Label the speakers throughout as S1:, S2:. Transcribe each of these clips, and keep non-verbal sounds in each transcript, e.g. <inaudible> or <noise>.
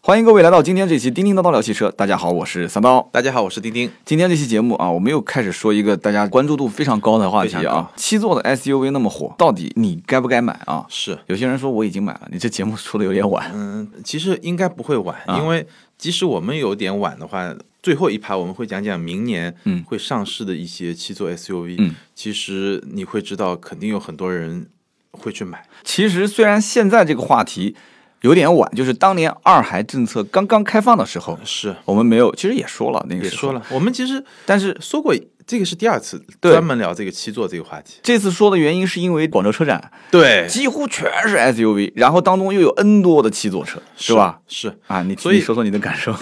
S1: 欢迎各位来到今天这期《叮叮叨叨聊汽车》。大家好，我是三刀。
S2: 大家好，我是丁丁。
S1: 今天这期节目啊，我们又开始说一个大家关注度非常高的话题
S2: 非常
S1: 啊
S2: 高，
S1: 七座的 SUV 那么火，到底你该不该买啊？
S2: 是，
S1: 有些人说我已经买了，你这节目出的有点晚。
S2: 嗯，其实应该不会晚，
S1: 啊
S2: 因为即使我们有点晚的话，最后一趴我们会讲讲明年
S1: 嗯
S2: 会上市的一些七座 SUV。
S1: 嗯，
S2: 其实你会知道，肯定有很多人会去买。
S1: 其实虽然现在这个话题有点晚，就是当年二孩政策刚刚开放的时候，
S2: 是，
S1: 我们没有，其实也说了那个
S2: 也
S1: 时候
S2: 说，了，我们其实
S1: 但是
S2: 说过，这个是第二次
S1: 对
S2: 专门聊这个七座这个话题。
S1: 这次说的原因是因为广州车展
S2: 对，
S1: 几乎全是 SUV，然后当中又有 N 多的七座车，是吧？？
S2: 是。
S1: 啊，你
S2: 所以
S1: 你说说你的感
S2: <laughs>
S1: 受。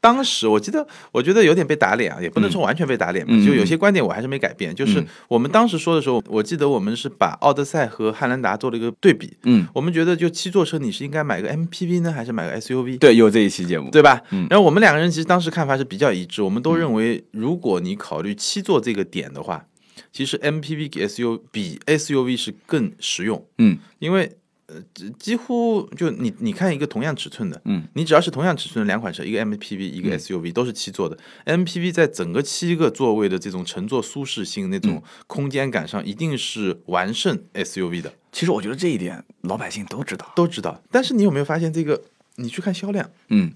S2: 当时我记得，我觉得有点被打脸啊，也不能说完全被打脸吧，
S1: 嗯
S2: 就有些观点我还是没改变。就是我们当时说的时候，我记得我们是把奥德赛和汉兰达做了一个对比。
S1: 嗯，
S2: 我们觉得就七座车，你是应该买个 MPV 呢，还是买个 SUV？
S1: 对，有这一期节目。
S2: 对吧？
S1: 嗯
S2: 然后我们两个人其实当时看法是比较一致，我们都认为，如果你考虑七座这个点的话，其实 MPV 比 SUV 比 SUV 是更实用，
S1: 嗯
S2: 因为呃几几乎就你你看一个同样尺寸的，
S1: 嗯，
S2: 你只要是同样尺寸的两款车，一个 MPV 一个 SUV 都是七座的，MPV 在整个七个座位的这种乘坐舒适性、那种空间感上，一定是完胜 SUV 的。
S1: 其实我觉得这一点老百姓都知道。
S2: 都知道。但是你有没有发现这个？你去看销量，
S1: 嗯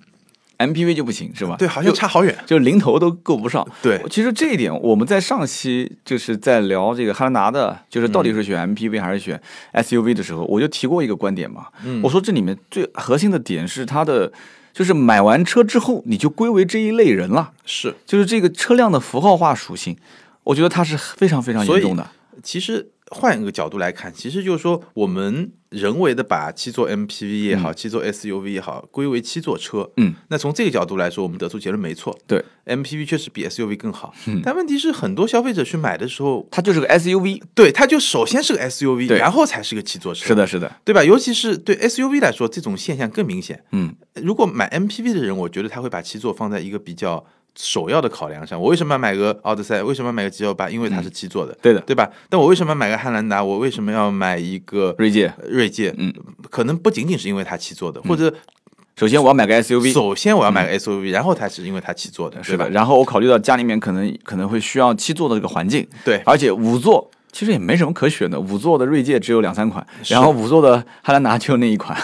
S1: ，MPV 就不行是吧？
S2: 对，好像
S1: 就
S2: 差好远。
S1: 就零头都够不上。
S2: 对
S1: 其实这一点我们在上期就是在聊这个汉兰达的，就是到底是选 MPV 还是选 SUV 的时候，我就提过一个观点嘛，
S2: 嗯
S1: 我说这里面最核心的点是它的，就是买完车之后你就归为这一类人了，
S2: 是，
S1: 就是这个车辆的符号化属性，我觉得它是非常非常严重的。
S2: 其实换一个角度来看，其实就是说我们人为的把七座 MPV 也好，七座 SUV 也好，归为七座车。
S1: 嗯，
S2: 那从这个角度来说，我们得出结论没错
S1: 对，
S2: ，MPV 确实比 SUV 更好。
S1: 嗯
S2: 但问题是，很多消费者去买的时候，
S1: 它就是个 SUV。
S2: 对，它就首先是个 SUV，
S1: 对
S2: 然后才是个七座车。
S1: 是，的，是的，
S2: 对吧？尤其是对 SUV 来说，这种现象更明显。
S1: 嗯，
S2: 如果买 MPV 的人，我觉得他会把七座放在一个比较首要的考量上。我为什么要买个奥德赛？为什么要买个 G 幺八？因为它是七座的，
S1: 嗯对的，
S2: 对吧？但我为什么要买个汉兰达？我为什么要买一个
S1: 锐界。
S2: 呃锐界？
S1: 嗯，
S2: 可能不仅仅是因为它七座的，或者
S1: 首先我要买个 SUV，
S2: 首先我要买个 SUV，然后才是因为它七座的，
S1: 嗯是
S2: 对
S1: 吧？
S2: 吧？
S1: 然后我考虑到家里面可能可能会需要七座的这个环境，
S2: 对
S1: 而且五座其实也没什么可选的，五座的锐界只有两三款，然后五座的汉兰达就那一款，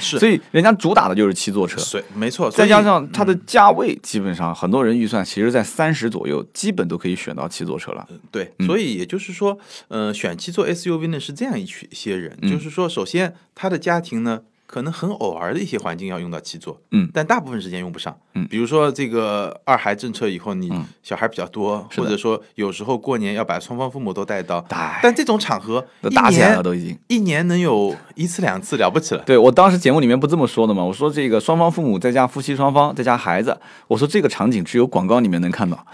S2: 是
S1: 所以人家主打的就是七座车。
S2: 所以没错，所
S1: 嗯再
S2: 以
S1: 加上它的价位，基本上很多人预算其实在三十左右，基本都可以选到七座车了。
S2: 对，所以也就是说，呃，选七座 SUV 呢是这样一群一些
S1: 嗯
S2: 人，就是说，首先他的家庭呢，可能很偶尔的一些环境要用到七座，
S1: 嗯
S2: 但大部分时间用不上，
S1: 嗯
S2: 比如说这个二孩政策以后，你小孩比较多，
S1: 是的
S2: 或者说有时候过年要把双方父母都带到，
S1: 哎
S2: 但这种场合
S1: 都
S2: 一
S1: 打起来了，
S2: 年
S1: 都已经。
S2: 一年能有一次两次了不起了，
S1: 对我当时节目里面不这么说的嘛，我说这个双方父母再加夫妻双方再加孩子，我说这个场景只有广告里面能看
S2: <laughs>
S1: 到，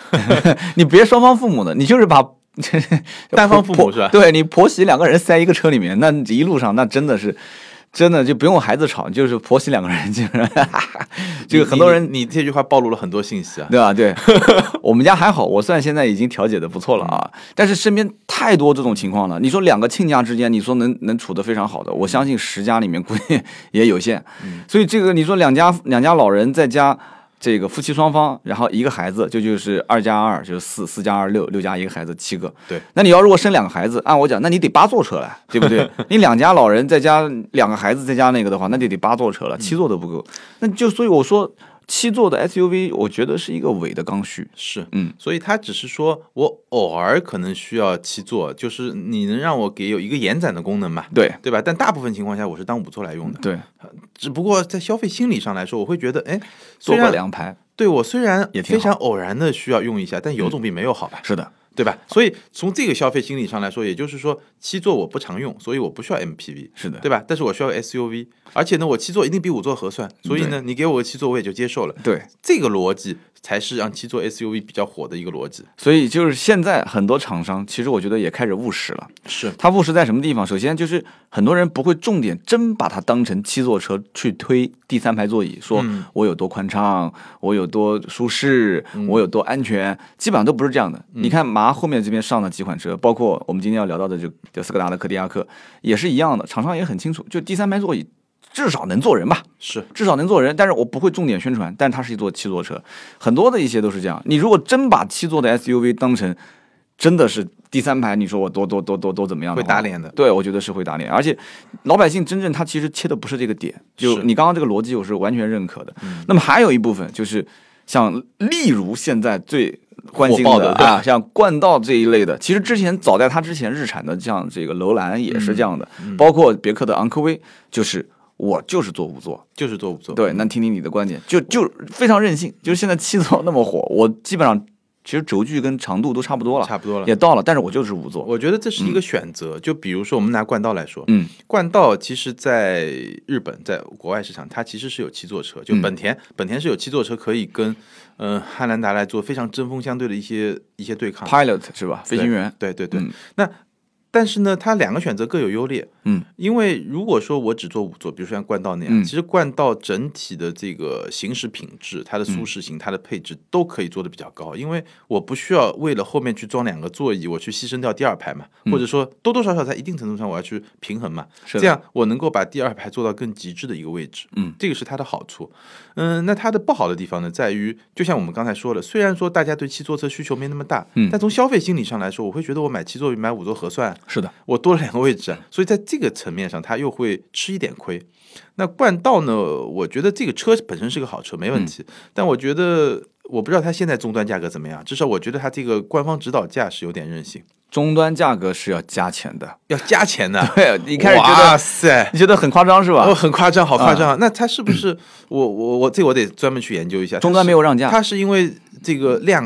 S1: 你别双方父母的，你就是把 <laughs>
S2: 单方父母
S1: 婆
S2: 是吧
S1: 对你婆媳两个人塞一个车里面，那一路上那真的是。真的就不用孩子吵，就是婆媳两个人，基本上， <laughs> 就是
S2: 你
S1: 很多人
S2: 你你这句话暴露了很多信息啊，
S1: 对吧？对， <laughs> 我们家还好，我算现在已经调解的不错了啊。
S2: 嗯
S1: 但是身边太多这种情况了。你说两个亲家之间，你说能能处得非常好的，
S2: 嗯
S1: 我相信十家里面估计也有限。所以这个你说两家两家老人再加这个夫妻双方，然后一个孩子，就就是二加二就是四，四加二六，六加一个孩子七个。
S2: 对，
S1: 那你要如果生两个孩子，啊按我讲，那你得八座车了，对不
S2: <laughs>
S1: 对？你两家老人再加两个孩子再加那个的话，那就得八座车了，七座都不够。那就所以我说，七座的 SUV 我觉得是一个伪的刚需。
S2: 是，
S1: 嗯，
S2: 所以他只是说我偶尔可能需要七座，就是你能让我给有一个延展的功能嘛，
S1: 对
S2: 对吧？但大部分情况下我是当五座来用的，
S1: 对，
S2: 只不过在消费心理上来说，我会觉得，哎，虽
S1: 做个
S2: 然
S1: 凉牌
S2: 对我虽然
S1: 也挺嗯
S2: 非常偶然的需要用一下，但有总比没有好吧，
S1: 是的，
S2: 对吧？所以从这个消费心理上来说，也就是说七座我不常用，所以我不需要 MPV。
S1: 是的，
S2: 对吧？但是我需要个 SUV，而且呢，我七座一定比五座合算，
S1: 嗯
S2: 所以呢，你给我个七座我也就接受了。
S1: 对。
S2: 这个逻辑才是让七座 SUV 比较火的一个逻辑。
S1: 所以就是现在很多厂商，其实我觉得也开始务实了。
S2: 是，
S1: 它务实在什么地方？首先就是很多人不会重点真把它当成七座车去推第三排座椅，说
S2: 嗯
S1: 我有多宽敞，我有多舒适，
S2: 嗯
S1: 我有多安全，基本上都不是这样的。你看马后面这边上的几款车，包括我们今天要聊到的这个斯柯达的柯迪亚克，也是一样的。厂商也很清楚，就第三排座椅至少能坐人吧，
S2: 是
S1: 至少能坐人。但是我不会重点宣传，但它是一座七座车，很多的一些都是这样。你如果真把七座的 SUV 当成真的是第三排，你说我多多多多多怎么样的
S2: 会
S1: 话
S2: 打脸的。
S1: 对，我觉得是会打脸，而且老百姓真正他其实切的不是这个点，就是你刚刚这个逻辑我是完全认可的。
S2: 嗯
S1: 那么还有一部分就是像例如现在最关心
S2: 火爆的对
S1: 啊，像冠道这一类的，其实之前早在它之前，日产的像这个楼兰也
S2: 嗯
S1: 是这样的，包括别克的昂科威，就是我就是做五座，
S2: 就是做不做。
S1: 对，那听听你的观点，就就非常任性，就是现在七座那么火，我基本上其实轴距跟长度都差不多了，
S2: 差不多了
S1: 也到了，但是我就是五座，
S2: 我觉得这是一个选择。就比如说，我们拿冠道来说，
S1: 嗯，
S2: 冠道其实在日本，在国外市场，它其实是有七座车，就
S1: 嗯
S2: 本田，本田是有七座车可以跟嗯汉兰达来做非常针锋相对的一些一些对抗。
S1: pilot 是吧？飞
S2: 对
S1: 行员，
S2: 对对对，
S1: 嗯
S2: 那。但是呢，它两个选择各有优劣。
S1: 嗯，
S2: 因为如果说我只做五座，比如说像冠道那样，
S1: 嗯
S2: 其实冠道整体的这个行驶品质、
S1: 嗯
S2: 它的舒适性、它的配置都可以做的比较高，因为我不需要为了后面去装两个座椅，我去牺牲掉第二排嘛，
S1: 嗯
S2: 或者说多多少少在一定程度上我要去平衡嘛，
S1: 是的
S2: 这样我能够把第二排做到更极致的一个位置。
S1: 嗯，
S2: 这个是它的好处。嗯，那它的不好的地方呢，在于就像我们刚才说的，虽然说大家对七座车需求没那么大，
S1: 嗯
S2: 但从消费心理上来说，我会觉得我买七座比买五座合算，
S1: 是的，
S2: 我多了两个位置啊，所以在这个层面上，它又会吃一点亏。那冠道呢，我觉得这个车本身是个好车，没问题，但我觉得。我不知道它现在终端价格怎么样，至少我觉得它这个官方指导价是有点任性，
S1: 终端价格是要加钱的。
S2: 要加钱 <laughs> 的。
S1: <laughs> 对，你开始觉
S2: 哇
S1: 得
S2: 塞，
S1: 你觉得很夸张是吧嗯
S2: 哦，？很夸张，好夸张啊！那它是不是我我我这我得专门去研究一下。
S1: 终端没有让价，
S2: 它是因为这个量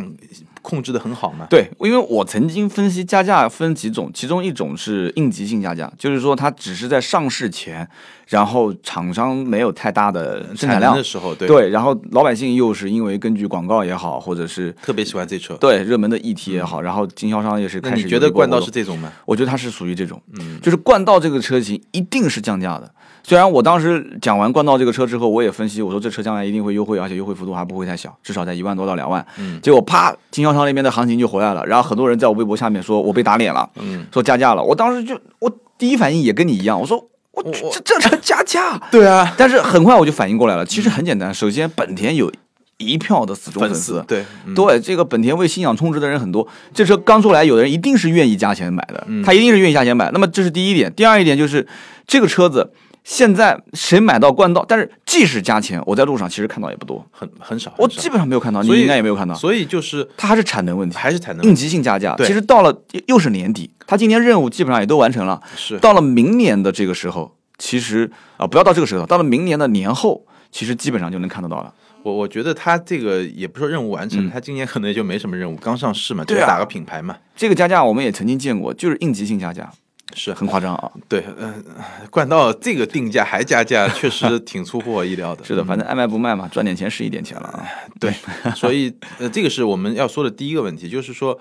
S2: 控制的很好嘛？
S1: 对，因为我曾经分析加价分几种，其中一种是应急性加价，就是说它只是在上市前，然后厂商没有太大的生产量
S2: 的，时候，对，
S1: 对，然后老百姓又是因为根据广告也好，或者是
S2: 特别喜欢这车。
S1: 对热门的议题也好，然后经销商也是
S2: 嗯那
S1: 开始
S2: 你
S1: 有
S2: 觉
S1: 一
S2: 得
S1: 波
S2: 冠
S1: 活
S2: 道
S1: 动
S2: 是嗯这种吗？
S1: 我觉得它是属于这种，就是冠道这个车型一定是降价的。虽然我当时讲完冠道这个车之后，我也分析，我说这车将来一定会优惠，而且优惠幅度还不会太小，至少在一万多到两万。
S2: 嗯
S1: 结果啪，经销商那边的行情就回来了，然后很多人在我微博下面说我被打脸了，
S2: 嗯，
S1: 说加价了。我当时就我第一反应也跟你一样，我说我
S2: 我
S1: 这这车加价，
S2: <laughs> 对啊，
S1: 但是很快我就反应过来了，其实很简单，首先本田有一票的死忠
S2: 粉
S1: 丝
S2: 丝，对嗯
S1: 对，这个本田为信仰充值的人很多，这车刚出来，有的人一定是愿意加钱买的，
S2: 嗯
S1: 他一定是愿意加钱买。那么这是第一点，第二一点就是这个车子现在谁买到冠道，但是即使加钱，我在路上其实看到也不多，
S2: 很很少，
S1: 我
S2: 很少
S1: 基本上没有嗯看到，你
S2: 所以
S1: 应该也没有看到，
S2: 所以就是
S1: 它还是产能问题，
S2: 还是产能
S1: 应急性加价。
S2: 对
S1: 其实到了又又是年底，它今年任务基本上也都完成了，
S2: 是
S1: 到了明年的这个时候，其实啊、不要到这个时候，到了明年的年后，其实基本上就能看得到了。
S2: 我我觉得他这个也不是说任务完成，他今年可能也就没什么任务，刚上市嘛，就
S1: 嗯对啊
S2: 打个品牌嘛，
S1: 这个加价我们也曾经见过，就是应急性加价，
S2: 是
S1: 很夸张啊。
S2: 对，嗯、冠道这个定价还加价，确实挺出乎我意料的，
S1: <laughs> 是的，反正爱卖不卖嘛，赚点钱是一点钱了啊。
S2: 对， <laughs> 所以呃，这个是我们要说的第一个问题，就是说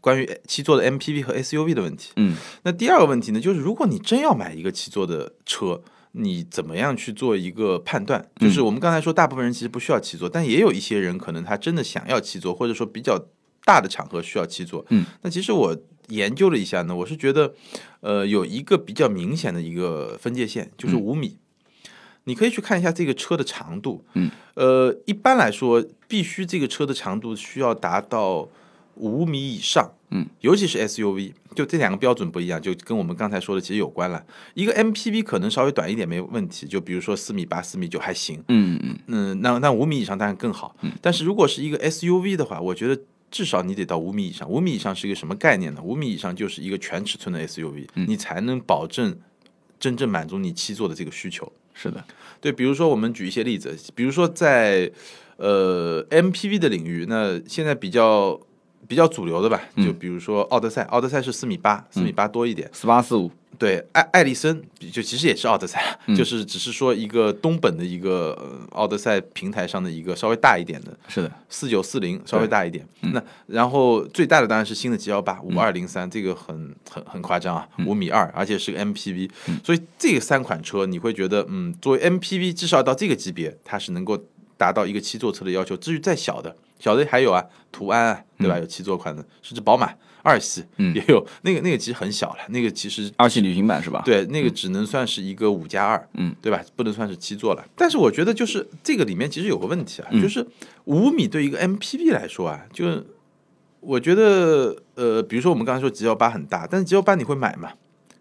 S2: 关于七座的 MPV 和 SUV 的问题。
S1: 嗯，
S2: 那第二个问题呢，就是如果你真要买一个七座的车，你怎么样去做一个判断？
S1: 嗯
S2: 就是我们刚才说，大部分人其实不需要七座，但也有一些人可能他真的想要七座，或者说比较大的场合需要七座。
S1: 嗯，
S2: 那其实我研究了一下呢，我是觉得，呃，有一个比较明显的一个分界线，就是
S1: 嗯
S2: 五米。你可以去看一下这个车的长度，
S1: 嗯，
S2: 呃，一般来说，必须这个车的长度需要达到五米以上，
S1: 嗯，
S2: 尤其是 SUV，就这两个标准不一样，就跟我们刚才说的其实有关了。一个 MPV 可能稍微短一点没问题，就比如说四米八、四米九还行，
S1: 嗯嗯，
S2: 嗯，那那五米以上当然更好，但是如果是一个 SUV 的话，我觉得。至少你得到五米以上，五米以上是一个什么概念呢？五米以上就是一个全尺寸的 SUV，、你才能保证真正满足你七座的这个需求。
S1: 是的，
S2: 对，比如说我们举一些例子，比如说在呃 MPV 的领域，那现在比较比较主流的吧，就比如说奥德赛，奥德赛是四米八，四米八多一点。
S1: 四八四五，
S2: 对，艾艾力绅就其实也是奥德赛，就是只是说一个东本的一个、呃奥德赛平台上的一个稍微大一点的
S1: 是的，
S2: 四九四零，稍微大一点。那然后最大的当然是新的 G 幺八五二零三，这个很很很夸张啊，五米二，而且是个 MPV，、所以这三款车你会觉得，嗯，作为 MPV 至少到这个级别，它是能够达到一个七座车的要求。至于再小的，小的还有啊，途安啊，对吧？有七座款的，甚至宝马二系也有，那个那个其实很小了，那个其实
S1: 二系旅行版是吧？，
S2: 对，那个只能算是一个五加二，
S1: 嗯，
S2: 对吧？不能算是七座了。但是我觉得就是这个里面其实有个问题啊，
S1: 嗯
S2: 就是五米对一个 MPV 来说啊，就是我觉得呃，比如说我们刚才说 G 幺八很大，但是 G 幺八你会买吗？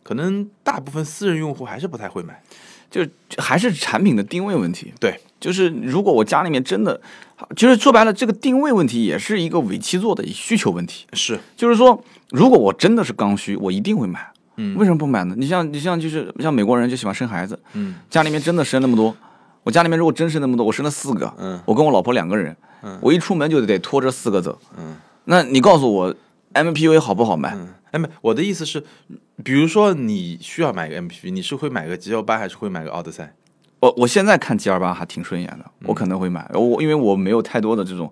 S2: 可能大部分私人用户还是不太会买。
S1: 就还是产品的定位问题。
S2: 对，
S1: 就是如果我家里面真的，其实说白了，这个定位问题也是一个伪七座的需求问题。
S2: 是，
S1: 就是说，如果我真的是刚需，我一定会买。嗯，为什么不买呢？你像你像就是像美国人就喜欢生孩子，
S2: 嗯，
S1: 家里面真的生那么多，我家里面如果真生那么多，我生了四个，
S2: 嗯，
S1: 我跟我老婆两个人，
S2: 嗯，
S1: 我一出门就得拖着四个走，
S2: 嗯，
S1: 那你告诉我 MPV 好不好卖？
S2: 嗯，哎，没，我的意思是，比如说你需要买个 MPV，你是会买个 G 幺八还是会买个奥德赛？
S1: 我我现在看 G 二八还挺顺眼的，
S2: 嗯
S1: 我可能会买。我因为我没有太多的这种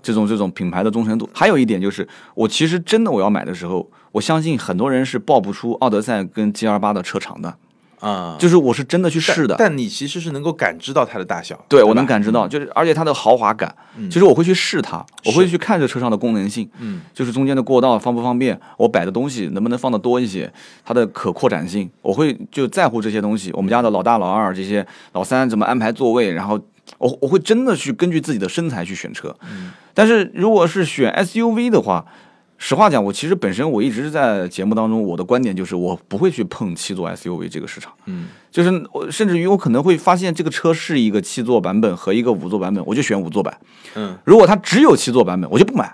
S1: 这种这种品牌的忠诚度。还有一点就是，我其实真的我要买的时候，我相信很多人是报不出奥德赛跟 G 二八的车长的，
S2: 啊、
S1: 就是我是真的去试的。
S2: 但你其实是能够感知到它的大小。
S1: 对，我
S2: 吧嗯
S1: 能感知到，就是而且它的豪华感，就是我会去试它，我会去看这车上的功能性，
S2: 嗯，
S1: 就是中间的过道方不方便，我摆的东西能不能放的多一些，它的可扩展性，我会就在乎这些东西。我们家的老大、老二这些，老三怎么安排座位，然后我我会真的去根据自己的身材去选车。
S2: 嗯
S1: 但是如果是选 SUV 的话，实话讲，我其实本身我一直在节目当中，我的观点就是我不会去碰七座 SUV 这个市场。
S2: 嗯，
S1: 就是我甚至于我可能会发现这个车是一个七座版本和一个五座版本，我就选五座版。
S2: 嗯，
S1: 如果它只有七座版本，我就不买，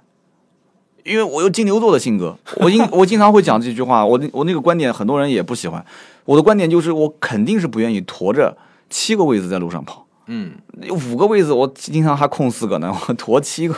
S1: 因为我有金牛座的性格，我经我经常会讲这句话，我那我那个观点很多人也不喜欢。我的观点就是，我肯定是不愿意驮着七个位子在路上跑，
S2: 嗯，
S1: 五个位子我经常还空四个呢，我驮七个，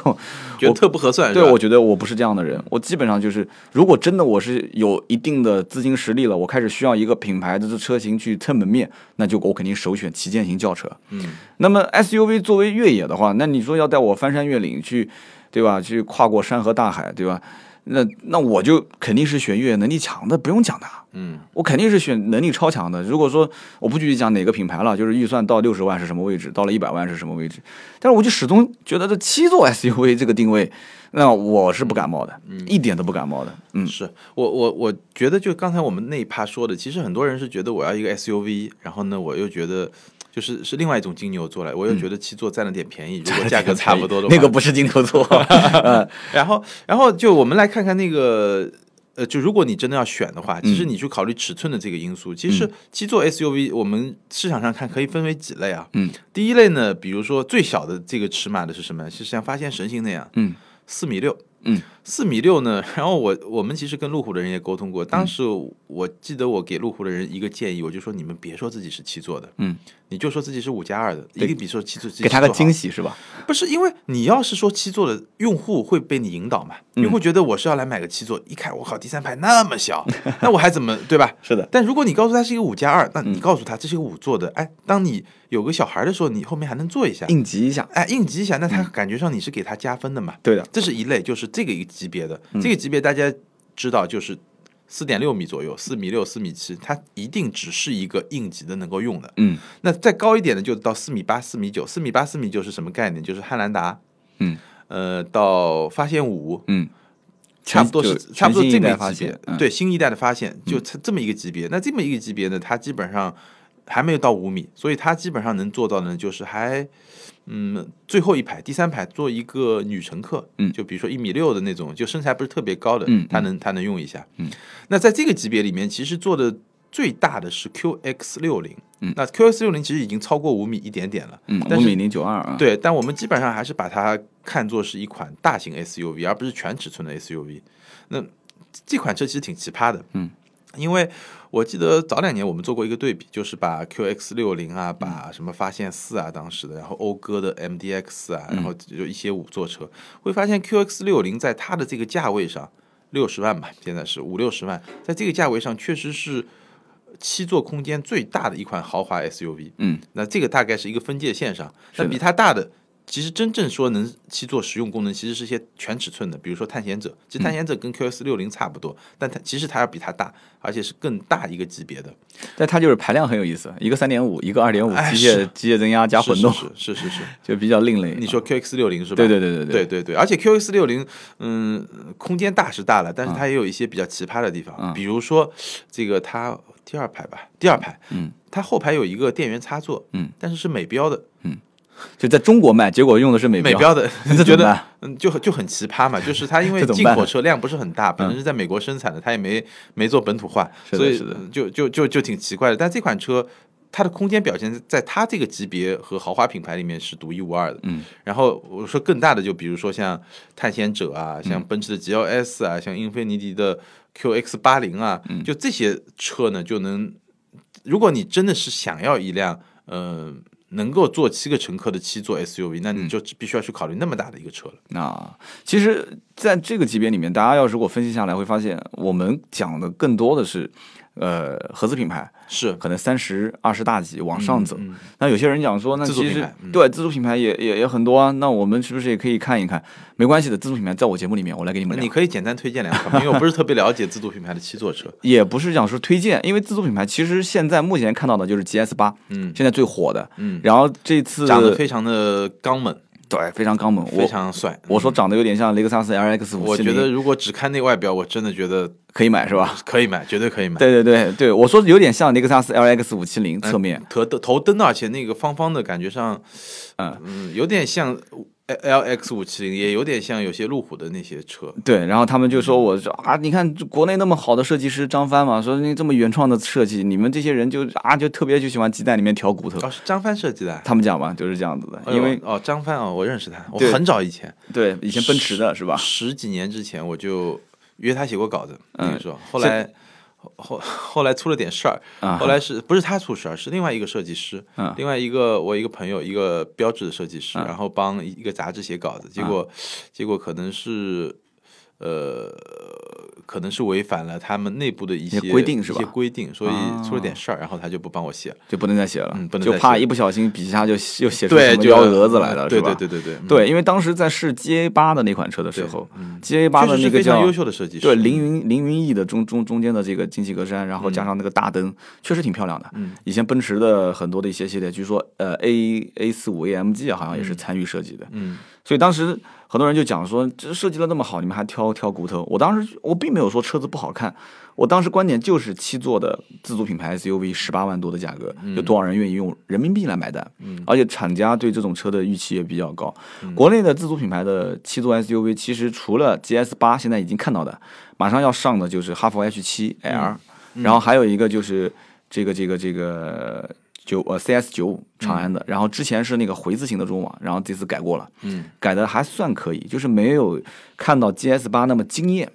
S2: 觉得特不合算，
S1: 对，
S2: 是吧
S1: 我觉得我不是这样的人，我基本上就是，如果真的我是有一定的资金实力了，我开始需要一个品牌的这车型去撑门面，那就我肯定首选旗舰型轿车。
S2: 嗯，
S1: 那么 SUV 作为越野的话，那你说要带我翻山越岭去，对吧？去跨过山河大海，对吧？那那我就肯定是选越野能力强的，不用讲的。啊
S2: 嗯，
S1: 我肯定是选能力超强的。如果说我不具体讲哪个品牌了，就是预算到六十万是什么位置，到了一百万是什么位置，但是我就始终觉得这七座 <laughs> SUV 这个定位，那我是不感冒的，一点都不感冒的。嗯，
S2: 是我我我觉得就刚才我们那一趴说的，其实很多人是觉得我要一个 SUV，然后呢，我又觉得就是是另外一种金牛座来，我又觉得七嗯座占了点便宜，如果价格差不多的话，
S1: 那个不是金牛座，
S2: 然后，然后就我们来看看那个，呃，就如果你真的要选的话，其实你去考虑尺寸的这个因素。其实七座 SUV 我们市场上看可以分为几类啊。
S1: 嗯，
S2: 第一类呢，比如说最小的这个尺码的是什么？是像发现神行那样，
S1: <laughs> 嗯，
S2: <laughs> 四米六。
S1: 嗯，
S2: 四米六呢？然后我我们其实跟路虎的人也沟通过，
S1: 嗯
S2: 当时我记得我给路虎的人一个建议，我就说你们别说自己是七座的，
S1: 嗯，
S2: 你就说自己是五加二的，一定比说七座
S1: 给他个
S2: 惊喜。
S1: 惊喜是吧？
S2: 不是因为你要是说七座的用户会被你引导嘛？
S1: 嗯
S2: 用户觉得我是要来买个七座，一看我靠，第三排那么小， <laughs> 那我还怎么对吧？
S1: 是的，
S2: 但如果你告诉他是一个五加二，那
S1: 嗯
S2: 你告诉他这是一个五座的，哎，当你有个小孩的时候，你后面还能坐一下，
S1: 应嗯急一下，
S2: 哎，应急一下，那他感觉上你是给他加分的嘛？
S1: 对的，
S2: 这是一类，就是这个一个级别的，这个级别大家知道就是四点六米左右，四米六、四米七，它一定只是一个应急的能够用的。
S1: 嗯，
S2: 那再高一点的就到四米八、四米九，四米八、四米九是什么概念？就是汉兰达，
S1: 嗯，
S2: 呃，到发现五，
S1: 嗯，
S2: 差不多是
S1: 全
S2: 差不多
S1: 全新一
S2: 这么
S1: 代
S2: 一
S1: 发
S2: 个级
S1: 现
S2: 别，，嗯
S1: 嗯，
S2: 对新一代的发现就它这么一个级别。那这么一个级别呢，它基本上还没有到五米，所以它基本上能做到的呢，就是还嗯最后一排第三排做一个女乘客，
S1: 嗯
S2: 就比如说一米六的那种，就身材不是特别高的
S1: 嗯嗯，
S2: 它能它能用一下。
S1: 嗯，
S2: 那在这个级别里面，其实做的最大的是 QX 六零，
S1: 嗯
S2: 那 QX 六零其实已经超过五米一点点了，
S1: 嗯，
S2: 但
S1: 五
S2: 是
S1: 米零九二啊，，
S2: 对，但我们基本上还是把它看作是一款大型 SUV，而不是全尺寸的 SUV。那这款车其实挺奇葩的，
S1: 嗯，
S2: 因为我记得早两年我们做过一个对比，就是把 QX 六零啊，
S1: 嗯
S2: 把什么发现四啊，当时的，然后讴歌的 MDX 啊，然后
S1: 嗯
S2: 就一些五座车，会发现 QX 六零在它的这个价位上，六十万吧，现在是五六十万，在这个价位上确实是。七座空间最大的一款豪华 SUV，
S1: 嗯，
S2: 那这个大概是一个分界线上，
S1: 是
S2: 那
S1: 的
S2: 比它大的其实真正说能去做实用功能，其实是一些全尺寸的，比如说探险者，其实
S1: 嗯
S2: 探险者跟 QS 六零差不多，但它其实它要比它大，而且是更大一个级别的。
S1: 但它就是排量很有意思，一个三点五，一个二点五，
S2: 哎
S1: 机械
S2: 是
S1: 机械增压加混动，
S2: 是是是是是，
S1: 就比较另类。
S2: 你说 QX 六零是吧？
S1: 对对对对对
S2: 对对对，而且 QX 六零，嗯，空间大是大了，
S1: 嗯
S2: 但是它也有一些比较奇葩的地方，比如说这个它第二排吧，第二排，
S1: 嗯，
S2: 它后排有一个电源插座，
S1: 嗯，
S2: 但是是美标的，
S1: 就在中国卖，结果用的是美
S2: 美
S1: <laughs> 标，
S2: 标的
S1: 这，怎
S2: 觉
S1: 么
S2: 得
S1: 办
S2: 嗯就很就很奇葩嘛，就是它因
S1: <laughs>
S2: 为
S1: 这怎么
S2: 进
S1: 办嗯
S2: 口车辆不是很大，本身是在美国生产的，它也没没做本土化，
S1: 是的
S2: 所以
S1: 是的
S2: 嗯就就就就挺奇怪的。但这款车它的空间表现在它这个级别和豪华品牌里面是独一无二的。
S1: 嗯，
S2: 然后我说更大的，就比如说像探险者啊，
S1: 嗯
S2: 像奔驰的 GLS 啊，像英菲尼迪的 QX 八零啊，
S1: 嗯
S2: 就这些车呢，就能，如果你真的是想要一辆，呃，能够坐七个乘客的七座 SUV，那
S1: 嗯
S2: 你就只必须要去考虑那么大的一个车了。
S1: 啊，其实在这个级别里面，大家要是如果分析下来，会发现我们讲的更多的是，呃，合资品牌，
S2: 是，
S1: 可能三十二十大几往上走。
S2: 嗯嗯
S1: 那有些人讲说，那
S2: 自主
S1: 其
S2: 品
S1: 实
S2: 牌嗯
S1: 对自主品牌也也也很多啊，那我们是不是也可以看一看？没关系的，自主品牌在我节目里面我来给你们聊。
S2: 那你可以简单推荐两款，因为我不是特别了解自主品牌的七
S1: <laughs>
S2: 座车。
S1: 也不是讲说推荐，因为自主品牌其实现在目前看到的就是 GS 八，
S2: 嗯
S1: 现在最火的。
S2: 嗯，
S1: 然后这次
S2: 长得非常的刚猛，
S1: 对非常刚猛，
S2: 非
S1: 呃我
S2: 常帅。
S1: 我说长得有点像雷克萨斯 LX 五
S2: 我
S1: 七
S2: 觉得
S1: 零，
S2: 如果只看那外表，我真的觉得
S1: 可以买是吧？
S2: 可以买，绝对可以买。
S1: 对对对对，我说有点像雷克萨斯 LX 五七
S2: 嗯
S1: 零侧面，
S2: 头灯头灯，而且那个方方的感觉上，
S1: 嗯
S2: 嗯，有点像 L X 五七零，也有点像有些路虎的那些车。
S1: 对，然后他们就说我说啊，你看国内那么好的设计师张帆嘛，说你这么原创的设计，你们这些人就啊就特别就喜欢鸡蛋里面挑骨头，
S2: 哦，是张帆设计的啊，
S1: 他们讲嘛就是这样子的，
S2: 哎
S1: 嗯
S2: 呦
S1: 因为
S2: 哦，张帆哦，我认识他，我
S1: 对
S2: 很早以前，
S1: 对以前奔驰的是吧？
S2: 十几年之前我就约他写过稿子，那个时候，后
S1: 这
S2: 来。后后来出了点事儿，
S1: 啊
S2: 后来是不是他出事儿，是另外一个设计师，
S1: 嗯
S2: 另外一个我一个朋友，一个标志的设计师，然后帮一个杂志写稿子，结果、结果可能是呃，可能是违反了他们内部的一
S1: 些
S2: 些
S1: 规定是吧
S2: 一些规定，所
S1: 啊
S2: 以出了点事儿，然后他就不帮我写了，
S1: 就不能再写了，
S2: 嗯不能
S1: 就
S2: 再
S1: 怕
S2: 写
S1: 一不小心笔下就又写出
S2: 对，
S1: 什么
S2: 就
S1: 幺蛾子来了，
S2: 对
S1: 是吧？
S2: 对对对对对，嗯嗯
S1: 对，因为当时在试 GA 八的那款车的时候，GA 八
S2: 确
S1: 的
S2: 实
S1: 那
S2: 是
S1: 个
S2: 非常
S1: 叫
S2: 优秀的设计师，
S1: 对凌云凌云翼的中中中间的这个进气格栅，然后加上那个大灯，确实挺漂亮的。
S2: 嗯，
S1: 以前奔驰的很多的一些系列，据说呃 A A 四五 AMG 好像也是参与设计的，
S2: 嗯，
S1: 所以当时很多人就讲说，这设计的那么好，你们还挑挑骨头？我当时我并没有说车子不好看，我当时观点就是七座的自主品牌 SUV 十八万多的价格，有多少人愿意用人民币来买单？嗯，而且厂家对这种车的预期也比较高。国内的自主品牌的七座 SUV，其实除了 GS 八，现在已经看到的，马上要上的就是哈弗 H 七 L，、然后还有一个就是这个这个这个九呃 CS 九五长安的，然后之前是那个回字形的中网，然后这次改过了，
S2: 嗯，
S1: 改的还算可以，就是没有看到 GS 八那么惊艳。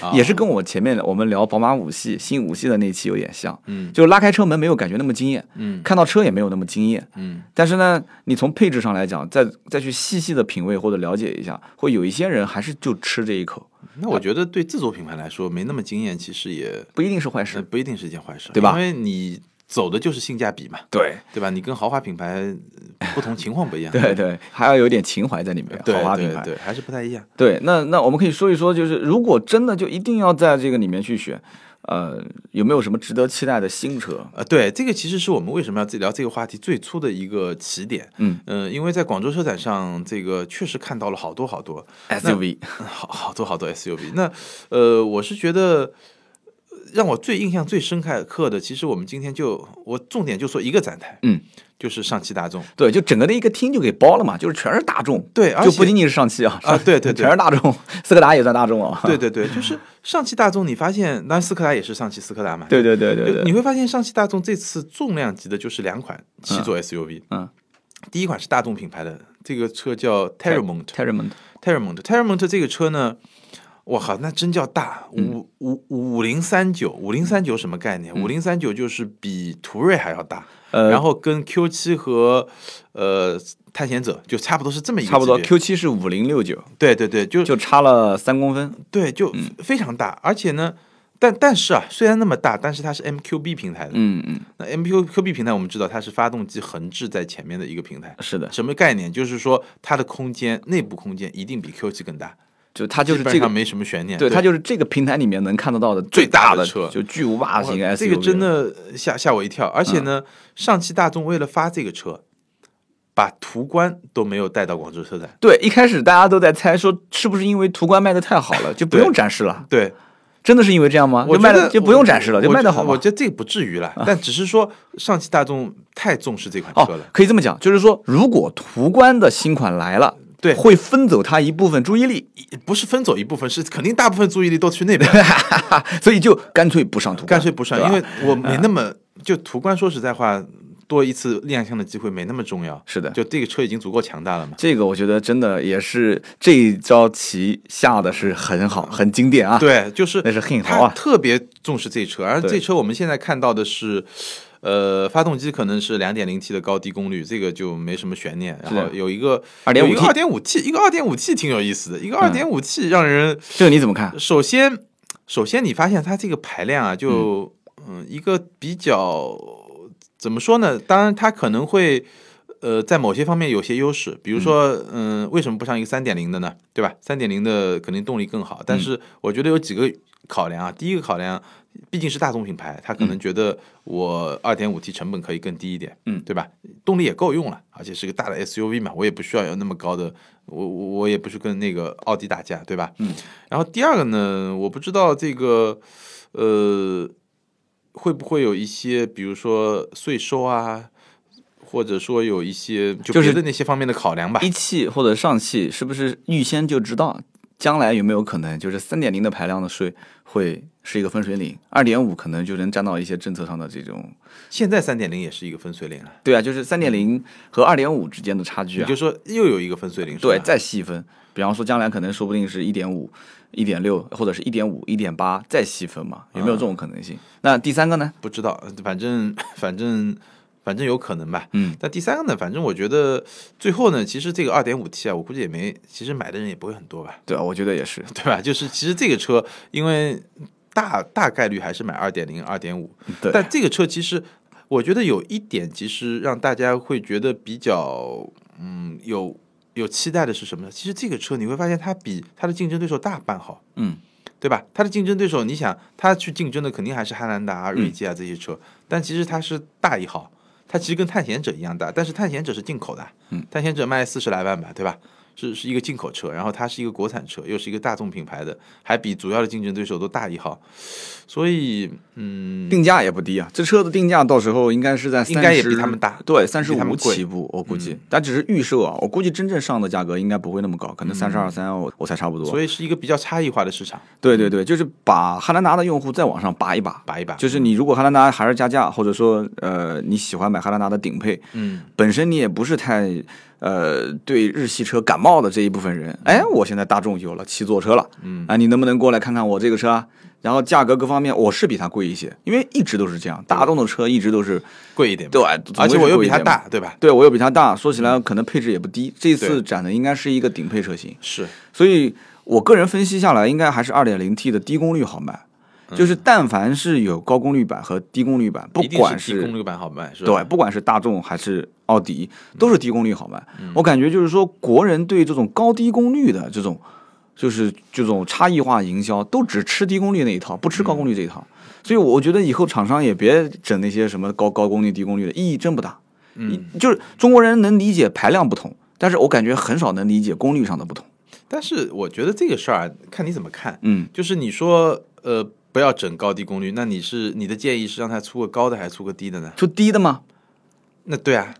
S2: 啊
S1: 也是跟我前面我们聊宝马五系、新五系的那期有点像，
S2: 嗯，
S1: 就是拉开车门没有感觉那么惊艳，
S2: 嗯
S1: 看到车也没有那么惊艳，
S2: 嗯，
S1: 但是呢，你从配置上来讲，再再去细细的品味或者了解一下，会有一些人还是就吃这一口，
S2: 那我觉得对自主品牌来说没那么惊艳，其实也
S1: 不一定是坏
S2: 呃
S1: 事。
S2: 不一定是一件坏事，啊
S1: 对吧
S2: 因为你走的就是性价比嘛，
S1: 对，
S2: 对吧？你跟豪华品牌呃不同情况不一
S1: <laughs>
S2: 样，
S1: 对对，还要有点情怀在里面，
S2: 对
S1: 豪华
S2: 对
S1: 品牌。嗯
S2: 对，还是不太一样。
S1: 对，那那我们可以说一说，就是如果真的就一定要在这个里面去选，呃，有没有什么值得期待的新车？
S2: 呃，对，这个其实是我们为什么要自己聊这个话题最初的一个起点。
S1: 嗯
S2: 呃因为在广州车展上，这个确实看到了好多好多，
S1: ，SUV
S2: <laughs> 好好多好多 SUV。那呃，我是觉得呃让我最印象最深刻的，其实我们今天就我重点就说一个展台，
S1: 嗯，
S2: 就是上
S1: <laughs>
S2: 汽大众。
S1: 对，就整个的一个厅就给包了嘛，就是全是大众，
S2: 对，而
S1: 就
S2: 且
S1: 不仅仅是上汽啊，
S2: 啊对对对
S1: <laughs> 全是大众，斯柯达也算大众啊，
S2: 对对对，就是上汽大众，你发现那斯柯达也是上汽斯柯达嘛？
S1: 对对对对
S2: 就你
S1: 对，
S2: 会发现上汽大众这次重量级的就是两款七座 SUV，
S1: 嗯
S2: 第一款是大众品牌的，这个车叫 Terramont。
S1: ，Terramont，
S2: Terramont Terramont 这个车呢，我靠，那真叫大，
S1: 嗯
S2: 五五五零三九，五零三九什么概念？五零三九就是比途锐还要大，
S1: 呃
S2: 然后跟 Q 七和呃探险者就差不多是这么一个
S1: 差不多
S2: 级别
S1: Q 七是五零六九，
S2: 对对对，就
S1: 就差了三公分，
S2: 对，就非常大，而且呢，但但是啊，虽然那么大，但是它是 MQB 平台的。
S1: 嗯嗯，
S2: 那 MQB 平台我们知道它是发动机横置在前面的一个平台，
S1: 是的，
S2: 什么概念？就是说它的空间内部空间一定比 Q7 更大，
S1: 就它就是
S2: 基本
S1: 这
S2: 上
S1: 个，
S2: 没什么悬念。
S1: 对，它就是这个平台里面能看得到的
S2: 最大
S1: 的
S2: 的车
S1: 就巨无霸型
S2: 哇
S1: SUV。
S2: 这个真，的吓吓我一跳。而且呢，
S1: 嗯
S2: 上汽大众为了发这个车，把途观都没有带到广州车展。
S1: 对，一开始大家都在猜说是不是因为途观卖的太好了，就不
S2: 对
S1: 用展示了。
S2: 对，
S1: 真的是因为这样吗？
S2: 我
S1: 啊就
S2: 觉
S1: 卖的
S2: 得
S1: 就不
S2: 我
S1: 用
S2: 觉
S1: 展示了，就
S2: 我
S1: 卖
S2: 觉
S1: 的好啊
S2: 我
S1: 吗？
S2: 觉得这个不至于了，但只是说上汽大众太重视这款车
S1: 哦
S2: 了。，
S1: 可以这么讲，就是说，如果途观的新款来了，
S2: 对
S1: 会分走它一部分注意力，
S2: 不是分走一部分，是肯定大部分注意力都
S1: <laughs>
S2: 去那边，
S1: 啊所以就干脆不上途观，
S2: 干脆不上，
S1: 对吧嗯
S2: 因为我没那么就途观。说实在话，多一次亮相的机会没那么重要。
S1: 是的。
S2: 就这个车已经足够强大了嘛。
S1: 这个我觉得真的也是这一招棋下的是很好，很经典啊。，
S2: 对，就是
S1: 那是很好
S2: 他
S1: 啊。
S2: 特别重视这车，而
S1: 对
S2: 这车我们现在看到的是，呃，发动机可能是两点零 T 的高低功率，这个就没什么悬念。然
S1: 是的
S2: 后有一个
S1: 2.5T
S2: 有一个二点五 T，一个二点五 T 挺有意思的，
S1: 嗯
S2: 一个二点五 T 让人、
S1: 这个你怎么看？
S2: 首先首先你发现它这个排量啊，就嗯一个比较怎么说呢？当然它可能会。呃，在某些方面有些优势，比如说，嗯、为什么不上一个三点零的呢？对吧？三点零的肯定动力更好，但是我觉得有几个考量啊。第一个考量，毕竟是大众品牌，他可能觉得我二点五 T 成本可以更低一点，
S1: 嗯
S2: 对吧？动力也够用了，而且是个大的 SUV 嘛，我也不需要有那么高的，我我我也不是跟那个奥迪打架，对吧？
S1: 嗯。
S2: 然后第二个呢，我不知道这个，呃，会不会有一些，比如说税收啊，或者说有一些就
S1: 就是
S2: 别的那些方面的考量吧。
S1: 一汽或者上汽是不是预先就知道将来有没有可能就是三点零的排量的税会是一个分水岭，二点五可能就能占到一些政策上的这种。
S2: 现在三点零也是一个分水岭了，
S1: 对啊，就是三点零和二点五之间的差距
S2: 也
S1: 啊
S2: 就。是说又有一个分水岭。
S1: 对，
S2: 是吧
S1: 再细分，比方说将来可能说不定是一点五、一点六，或者是一点五、一点八，再细分嘛，有没有这种可能性？那第三个呢？
S2: 不知道，呃反正 <laughs> 反正反正有可能吧。
S1: 嗯，
S2: 但第三个呢，反正我觉得最后呢，其实这个二点五 T 啊，我估计也没，其实买的人也不会很多吧，
S1: 对啊，我觉得也是。
S2: 对吧？就是其实这个车，因为大大概率还是买二点零、二点五，
S1: 对，
S2: 但这个车其实，我觉得有一点，其实让大家会觉得比较，嗯，有有期待的是什么呢？其实这个车你会发现，它比它的竞争对手大半号，
S1: 嗯，
S2: 对吧？它的竞争对手，你想，它去竞争的肯定还是汉兰达啊、锐界啊这些车，
S1: 嗯
S2: 但其实它是大一号，它其实跟探险者一样大，但是探险者是进口的，
S1: 嗯，
S2: 探险者卖四十来万吧，对吧？是是一个进口车，然后它是一个国产车，又是一个大众品牌的，还比主要的竞争对手都大一号，所以嗯，
S1: 定价也不低啊，这车的定价到时候应该是在
S2: 应该也
S1: 30
S2: 比他们大
S1: 对，三十
S2: 比他
S1: 五
S2: 们贵
S1: 起步，我估计，嗯但只是预售啊，我估计真正上的价格应该不会那么高，可能三十二三我我才差不多。
S2: 所以是一个比较差异化的市场，
S1: 对对对，就是把汉兰达的用户再往上拔一拔。
S2: 拔一拔。
S1: 就是你如果汉兰达还是加价，或者说呃你喜欢买汉兰达的顶配，
S2: 嗯，
S1: 本身你也不是太呃对日系车感冒的这一部分人，哎，
S2: 嗯
S1: 我现在大众有了七座车了，嗯，啊，你能不能过来看看我这个车啊？然后价格各方面我是比它贵一些，因为一直都是这样，大众的车一直都是
S2: 贵一点嘛，
S1: 对，
S2: 而且我又比它
S1: 它，
S2: 大，对吧？
S1: 对我又比它大，说起来可能配置也不低，这次
S2: 对
S1: 展的应该是一个顶配车型，
S2: 是，
S1: 所以我个人分析下来，应该还是 2.0T 的低功率好卖。就是但凡是有高功率版和低功率版，不
S2: 嗯一定
S1: 管
S2: 是提供这个版好卖，是吧？
S1: 对，不管是大众还是奥迪，都是低功率好卖。我感觉就是说，国人对这种高低功率的这种，就是这种差异化营销，都只吃低功率那一套，不吃高功率这一套。所以我觉得以后厂商也别整那些什么高高功率、低功率的，意义真不大。
S2: 嗯，
S1: 就是中国人能理解排量不同，但是我感觉很少能理解功率上的不同。
S2: 但是我觉得这个事儿啊，看你怎么看。
S1: 嗯，
S2: 就是你说，呃，不要整高低功率，那你是你的建议是让它出个高的还是出个低的呢？
S1: 出低的吗？
S2: 那对啊，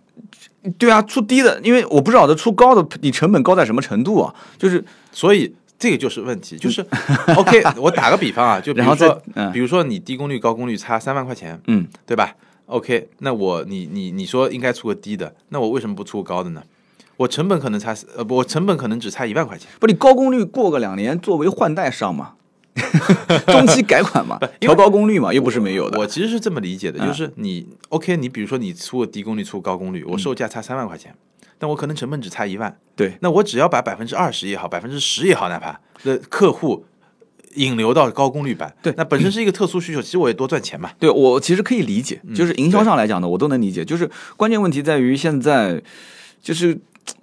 S1: 对啊，出低的，因为我不知道这出高的，你成本高在什么程度啊？就是
S2: 所以这个就是问题，就是
S1: <laughs>
S2: OK，我打个比方啊，就比
S1: 然
S2: 如
S1: 后再
S2: 说，
S1: 嗯
S2: 比如说你低功率高功率差三万块钱，
S1: 嗯，
S2: 对吧？OK，那我你你你说应该出个低的，那我为什么不出个高的呢？我成本可能差四呃不，我成本可能只差一万块钱。
S1: 不，你高功率过个两年作为换代上嘛， <laughs> 中期改款
S2: <laughs>
S1: 嘛，
S2: 因
S1: 调
S2: 为
S1: 高功率嘛，又不是没有的。嗯
S2: 我其实是这么理解的，就是你 OK，你比如说你出个低功率出个高功率，
S1: 嗯
S2: 我售价差三万块钱，但我可能成本只差一万，
S1: 对
S2: 那我只要把百分之二十也好，百分之十也好，哪怕那客户引流到高功率版。
S1: 对嗯
S2: 那本身是一个特殊需求，其实我也多赚钱嘛。
S1: 对我其实可以理解，
S2: 嗯
S1: 就是营销上来讲呢，我都能理解。就是关键问题在于现在，就是嘖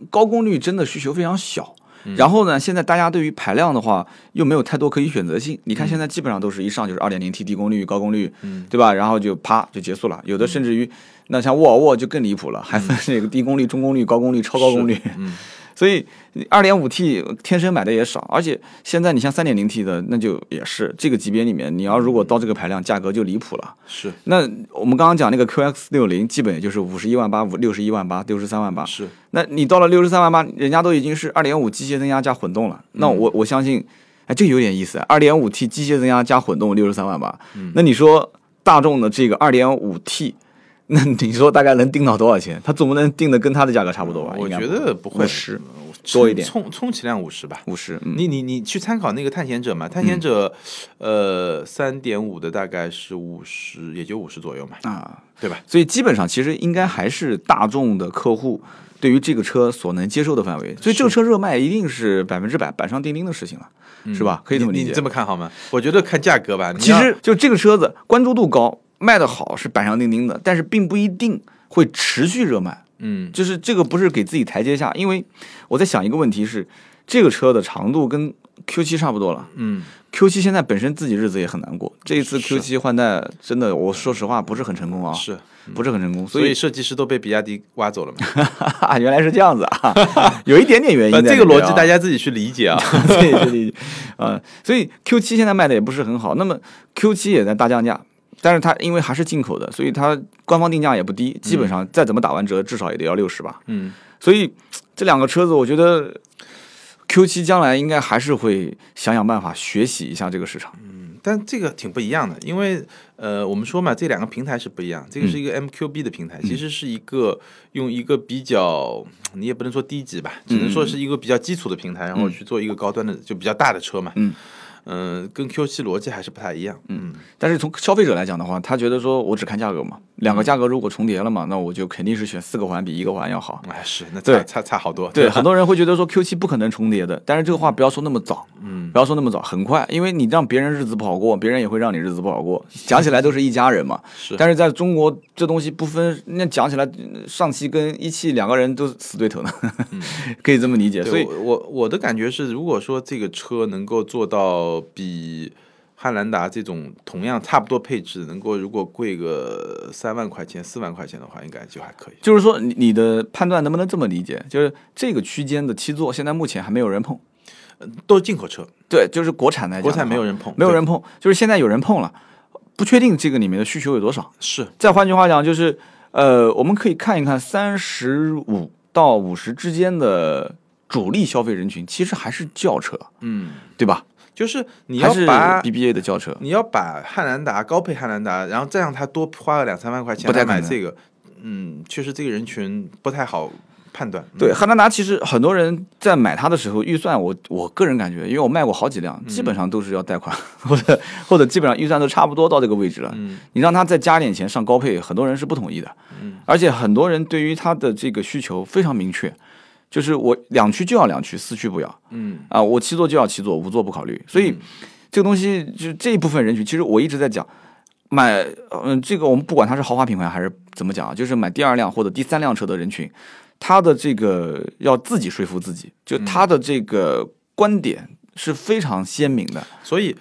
S1: 高功率真的需求非常小。
S2: 嗯
S1: 然后呢，现在大家对于排量的话又没有太多可以选择性。
S2: 嗯
S1: 你看现在基本上都是一上就是二点零 T 低功率、高功率，对吧？然后就啪就结束了。
S2: 嗯
S1: 有的甚至于，那像沃尔沃就更离谱了，还分这个低功率、中功率、高功率、超高功率。所以二点五 T 天生买的也少，而且现在你像三点零 T 的，那就也是这个级别里面，你要如果到这个排量，价格就离谱了。
S2: 是
S1: 那我们刚刚讲那个 QX 六零，基本也就是五十一万八、五六十一万八、六十三万八。
S2: 是，
S1: 那你到了六十三万八，人家都已经是二点五机械增压加混动了。那我
S2: 嗯
S1: 我相信，哎，这有点意思。二点五 T 机械增压加混动六十三万八，
S2: 嗯
S1: 那你说大众的这个二点五 T，那你说大概能定到多少钱？它总不能定的跟它的价格差不多吧？
S2: 我
S1: 应该
S2: 觉得不会
S1: 50
S2: 嗯
S1: 多一点
S2: 充充其量五十吧。
S1: 五十，嗯，
S2: 你你你去参考那个探险者嘛，探险者，呃，三点五的大概是五十，也就五十左右嘛，
S1: 啊，
S2: 对吧？
S1: 所以基本上其实应该还是大众的客户对于这个车所能接受的范围，所以这个车热卖一定是百分之百板上钉钉的事情了，是吧？可以这么理
S2: 嗯你
S1: 解
S2: 这。么看好吗？我觉得看价格吧。你
S1: 其
S2: 要
S1: 实就这个车子关注度高，卖得好是板上钉钉的，但是并不一定会持续热卖，
S2: 嗯，
S1: 就是这个不是给自己台阶下，因为我在想一个问题是，这个车的长度跟 Q 7差不多了。
S2: 嗯，
S1: Q 7现在本身自己日子也很难过，这一次
S2: 是
S1: Q 7换代真的，我说实话不是很成功啊，
S2: 是，
S1: 不是很成功，
S2: 所
S1: 以
S2: 以设计师都被比亚迪挖走了嘛。
S1: <laughs> 啊，原来是这样子啊， <laughs> 有一点点
S2: <laughs>
S1: 原因在
S2: 呃，
S1: 里面啊、
S2: 这个逻辑大家自己去理解啊。
S1: <laughs> 自己去理解啊。所以 Q 7现在卖的也不是很好，那么 Q 7也在大降价，但是它因为还是进口的，所以它官方定价也不低，基本上再怎么打完折，至少也得要六十吧。
S2: 嗯，
S1: 所以这两个车子，我觉得 Q 7将来应该还是会想想办法学习一下这个市
S2: 嗯
S1: 场。
S2: 但这个挺不一样的，因为呃，我们说嘛，这两个平台是不一样，这个
S1: 嗯
S2: 是一个 MQB 的平台，其实是一个用一个比较，你也不能说低级
S1: 嗯
S2: 吧，只能说是一个比较基础的平台，然后去做一个高端的，就比较大的车嘛。
S1: 嗯
S2: 嗯，跟 Q 7逻辑还是不太一样。嗯，
S1: 但是从消费者来讲的话，他觉得说我只看价格嘛，两
S2: 嗯
S1: 个价格如果重叠了嘛，那我就肯定是选四个环比一个环要好。
S2: 哎，是，那
S1: 对
S2: 差差差好多。
S1: 对，<laughs>
S2: 吧
S1: 很多人会觉得说 Q 7不可能重叠的，但是这个话不要说那么早，嗯，不要说那么早，很快，因为你让别人日子不好过，别人也会让你日子不好过。讲起来都是一家人嘛，
S2: 是
S1: 但是在中国这东西不分，那讲起来呃上汽跟一汽两个人都是死对头呢， <laughs> 可以这么理解。
S2: 对
S1: 所以
S2: 我我我的感觉是，如果说这个车能够做到比汉兰达这种同样差不多配置，能够如果贵个三万块钱、四万块钱的话，应该就还可以。
S1: 就是说你，你的判断能不能这么理解？就是这个区间的七座，现在目前还没有人碰。
S2: 都是进口车，
S1: 对，就是国产来讲的
S2: 国
S1: 话，
S2: 产没有人碰，
S1: 没有
S2: 对
S1: 人碰，就是现在有人碰了，不确定这个里面的需求有多少。
S2: 是
S1: 再换句话讲，就是呃，我们可以看一看三十五到五十之间的主力消费人群，其实还是轿车，
S2: 嗯，
S1: 对吧？
S2: 就是你
S1: 还
S2: 要
S1: 是
S2: 把
S1: BBA 的轿车，
S2: 你要把汉兰达高配汉兰达，然后再让他多花个两三万块钱
S1: 不太
S2: 来
S1: 可能
S2: 买这个，嗯，确实这个人群不太好判断。嗯
S1: 对，汉兰达其实很多人在买它的时候，预算我我个人感觉，因为我卖过好几
S2: 嗯
S1: 辆，基本上都是要贷款， <laughs> 或者或者基本上预算都差不多到这个位置了。
S2: 嗯
S1: 你让他再加点钱上高配，很多人是不同意的。
S2: 嗯
S1: 而且很多人对于它的这个需求非常明确，就是我两驱就要两驱，四驱不要。
S2: 嗯
S1: 啊，我七座就要七座，五座不考虑。所以、这个东西就这一部分人群，其实我一直在讲，买嗯、呃这个我们不管它是豪华品牌还是怎么讲啊，就是买第二辆或者第三辆车的人群，他的这个要自己说服自己，就他的这个观点是非常鲜明的。
S2: 所以，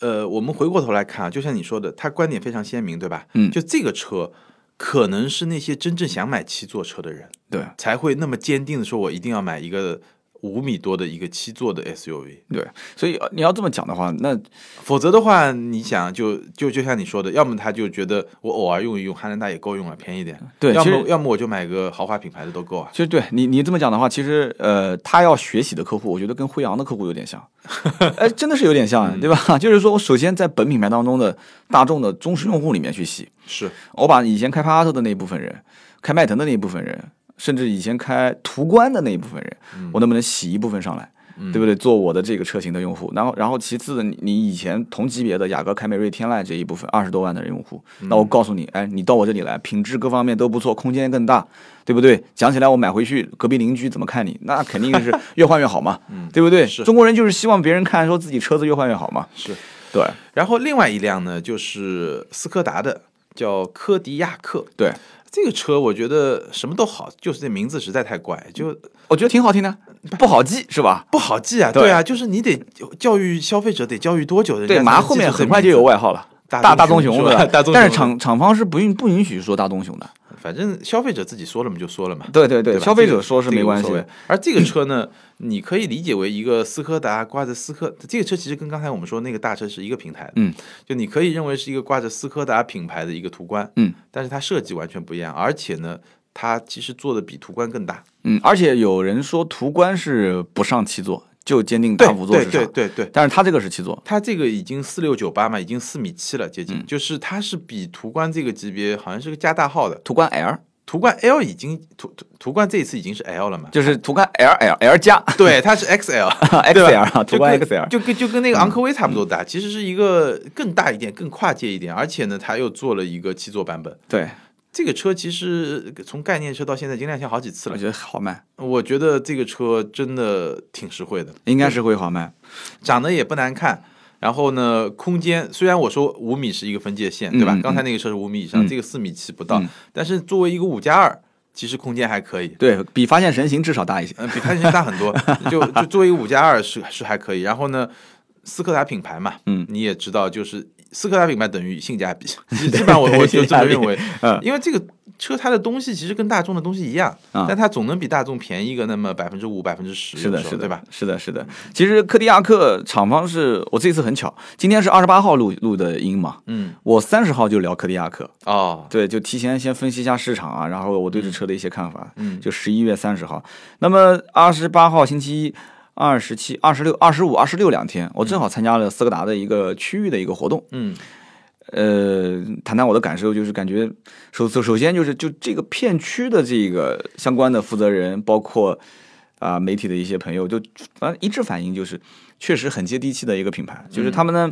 S2: 呃，我们回过头来看啊，就像你说的，他观点非常鲜明，对吧？
S1: 嗯
S2: 就这个车，可能是那些真正想买七座车的人
S1: 对
S2: 才会那么坚定的说，我一定要买一个五米多的一个七座的 SUV，
S1: 对，所以呃你要这么讲的话，那
S2: 否则的话，你想就就就像你说的，要么他就觉得我偶尔用一用汉兰达也够用了，便宜点，
S1: 对
S2: 要
S1: 其
S2: 么
S1: 实
S2: 要么我就买个豪华品牌的都够啊。
S1: 其实对你你这么讲的话，其实呃，他要学习的客户，我觉得跟辉昂的客户有点像，哎，真的是有点像，对吧？ <laughs> 就是说我首先在本品牌当中的大众的忠实用户里面去洗，
S2: 是，
S1: 我把以前开帕萨特的那一部分人，开迈腾的那一部分人，甚至以前开途观的那一部分人，我能不能洗一部分上来，对不对？做我的这个车型的用户，然后然后其次的，你你以前同级别的雅阁、凯美瑞、天籁这一部分二十多万的人用户，那我告诉你，哎，你到我这里来，品质各方面都不错，空间更大，对不对？讲起来我买回去，隔壁邻居怎么看你？那肯定是越换越好嘛，对不对？
S2: 是
S1: 中国人就是希望别人看说自己车子越换越好嘛，
S2: 是。
S1: 对
S2: 然后另外一辆呢，就是斯柯达的，叫柯迪亚克。
S1: 对，
S2: 这个车我觉得什么都好，就是这名字实在太怪，就
S1: 我觉得挺好听的，不好记是吧？
S2: 不好记啊。
S1: 对
S2: 对啊，就是你得教育消费者，得教育多久人家
S1: 对，
S2: 才
S1: 马
S2: 能
S1: 后
S2: 记
S1: 面
S2: 住
S1: 很
S2: 这
S1: 快就
S2: 名字
S1: 有外号了，
S2: 大
S1: 大
S2: 大
S1: 东雄
S2: 是
S1: 对
S2: 吧？
S1: 吧？
S2: 大棕熊，
S1: 但是厂厂方是不允不允许说大东雄的。
S2: 反正消费者自己说了嘛，就说了嘛。
S1: 对对对，
S2: 吧
S1: 消费
S2: 这
S1: 者
S2: 个
S1: 说是
S2: 这个
S1: 没
S2: 无
S1: 关
S2: 所
S1: 系
S2: 谓
S1: 的。
S2: 而这个车呢，你可以理解为一个斯柯达挂着斯柯，这个车其实跟刚才我们说那个大车是一个平台的。
S1: 嗯，
S2: 就你可以认为是一个挂着斯柯达品牌的一个途观。
S1: 嗯，
S2: 但是它设计完全不一样，而且呢，它其实做的比途观更大。
S1: 嗯，而且有人说途观是不上七座，就坚定
S2: 对
S1: 大幅座市
S2: 对
S1: 场，
S2: 对对对，
S1: 但是它这个是七座。
S2: 它这个已经四六九八嘛，已经四米七了，接近，
S1: 嗯
S2: 就是它是比途观这个级别好像是个加大号的。
S1: 途观 L
S2: 途观 L 已经途途途观这一次已经是 L 了嘛？ <laughs>
S1: 就是途观 L L L 加
S2: 对，它是 XL。对
S1: <laughs>
S2: 吧
S1: XL 啊，途
S2: 就
S1: 观
S2: 跟
S1: XL
S2: 就跟就跟那
S1: 嗯
S2: 个昂科威差不多大，其实是一个更大一点、更跨界一点，而且呢，它又做了一个七座版本。
S1: 对，
S2: 这个车其实从概念车到现在已经亮相好几次
S1: 我
S2: 了，
S1: 觉得好卖，
S2: 我觉得这个车真的挺实惠的，
S1: 应该是会好卖。
S2: 长得也不难看。然后呢，空间虽然我说五米是一个分界线，对吧？
S1: 嗯嗯
S2: 刚才那个车是五米以上，
S1: 嗯
S2: 这个四米七不到，
S1: 嗯
S2: 但是作为一个五加二，其实空间还可以。
S1: 对比发现神行至少大一些。
S2: 嗯，比开心大
S1: <laughs>
S2: 很多。就就作为一个五加二是是还可以。然后呢，斯柯达品牌嘛，
S1: 嗯
S2: 你也知道，就是斯柯达品牌等于性价
S1: <laughs>
S2: 比，基基本上我我
S1: 性
S2: 就这
S1: 价
S2: 么
S1: 比
S2: 认为。
S1: 嗯
S2: 因为这个车它的东西其实跟大众的东西一样，
S1: 嗯
S2: 但它总能比大众便宜个那么百分之五、百分之十，
S1: 是的，是的，
S2: 对吧？？
S1: 是的，是的。其实柯迪亚克厂方是我这次很巧，今天是二十八号录录的音嘛，
S2: 嗯，
S1: 我三十号就聊柯迪亚克，
S2: 哦，
S1: 对，就提前先分析一下市场啊，然后我对这车的一些看法。
S2: 嗯
S1: 就十一月三十号，那么二十八号星期一、二十七、二十六、二十五、二十六两天，我正好参加了斯柯达的一个区域的一个活动。
S2: 嗯，
S1: 呃，谈谈我的感受，就是感觉首首首先就是就这个片区的这个相关的负责人，包括啊、媒体的一些朋友，就反正一致反映就是确实很接地气的一个品牌，就是他们呢。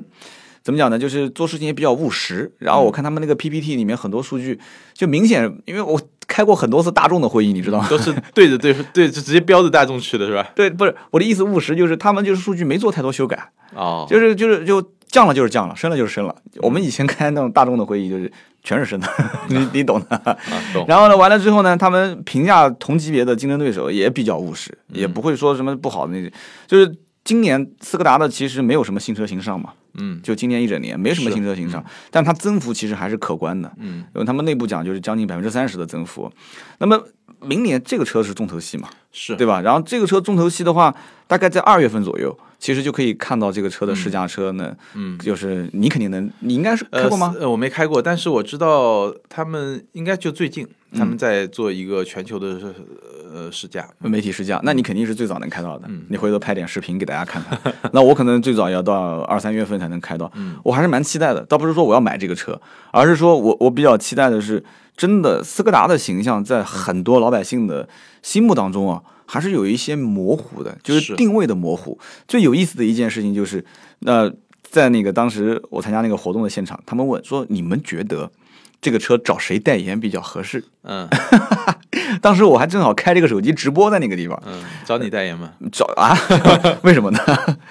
S1: 怎么讲呢？就是做事情也比较务实。然后我看他们那个 PPT 里面很多数据，就明显，因为我开过很多次大众的会议，你知道吗？
S2: 都是对着对着对，就直接标着大众去的是吧？
S1: <laughs> 对，不是我的意思，务实就是他们就是数据没做太多修改，
S2: 哦，
S1: 就是就是就降了就是降了，升了就是升了。我们以前开那种大众的会议就是全是升的，你你懂的。
S2: 啊懂。
S1: 然后呢，完了之后呢，他们评价同级别的竞争对手也比较务实，也不会说什么不好的那些。就是今年斯柯达的其实没有什么新车型上嘛，
S2: 嗯
S1: 就今年一整年没什么
S2: 是
S1: 新车型上，但它增幅其实还是可观的。
S2: 嗯，
S1: 因为他们内部讲就是将近百分之三十的增幅。那么明年这个车是重头戏嘛？
S2: 是
S1: 对吧？然后这个车重头戏的话，大概在二月份左右，其实就可以看到这个车的试驾车呢，
S2: 嗯，
S1: 就是你肯定能，你应该是开过吗？
S2: 呃？呃我没开过，但是我知道他们应该就最近他们在做一个全球的呃试驾。
S1: 媒体试驾，那你肯定是最早能开到的。你回头拍点视频给大家看看。 <laughs> 那我可能最早要到二三月份才能开到，我还是蛮期待的。倒不是说我要买这个车，而是说我我比较期待的是，真的斯柯达的形象在很多老百姓的心目当中啊，还是有一些模糊的，就是
S2: 是
S1: 定位的模糊。最有意思的一件事情就是，那、在那个当时我参加那个活动的现场，他们问说你们觉得这个车找谁代言比较合适？
S2: 嗯
S1: 当时我还正好开这个手机直播在那个地方。
S2: 嗯，找你代言吗？
S1: 找 <laughs> 啊？为什么呢？ <laughs>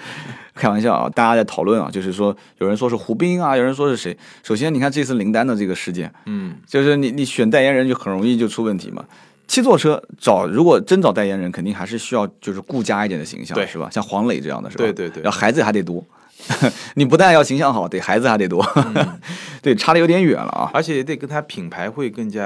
S1: 开玩笑啊，大家在讨论啊，就是说有人说是胡兵啊，有人说是谁。首先，你看这次林丹的这个事件，
S2: 嗯，
S1: 就是你你选代言人就很容易就出问题嘛。七座车找如果真找代言人，肯定还是需要就是顾家一点的形象，
S2: 对
S1: 是吧？像黄磊这样的是吧？
S2: 对对对
S1: 然后孩子还得多， <laughs> 你不但要形象好，对孩子还得多，
S2: 嗯
S1: <laughs> 对，差的有点远了啊。
S2: 而且也得跟他品牌会更加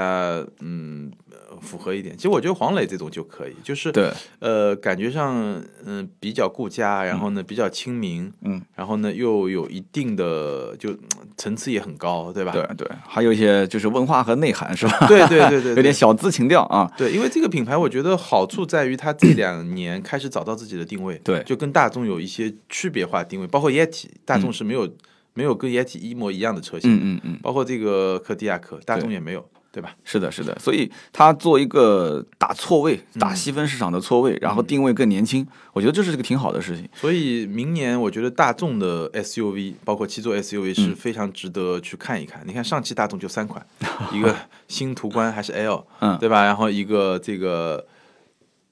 S2: 嗯呃符合一点。其实我觉得黄磊这种就可以，就是
S1: 对，
S2: 呃感觉上嗯、比较顾家，然后呢比较亲民，
S1: 嗯，
S2: 然后呢又有一定的就嗯层次也很高，对吧？
S1: 对对，还有一些就是文化和内涵，是吧？
S2: 对对对对
S1: <laughs>
S2: 对，
S1: 有点小资情调啊。
S2: 对，因为这个品牌，我觉得好处在于它这两年开始找到自己的定位，
S1: 对
S2: 就跟大众有一些区别化定位，包括 Yeti，大众是没有、没有跟 Yeti 一模一样的车型，
S1: 嗯嗯嗯嗯。
S2: 包括这个柯迪亚克，大众也没有，对对吧？
S1: 是的，是的，所以它做一个打错位、
S2: 嗯
S1: 打细分市场的错位，然后定位更年轻，我觉得这是个挺好的事情。
S2: 所以明年我觉得大众的 SUV，包括七座 SUV
S1: 嗯
S2: 是非常值得去看一看。你看上汽大众就
S1: <laughs>
S2: 三款，一个新途观还是 L，
S1: 嗯
S2: 对吧？然后一个这个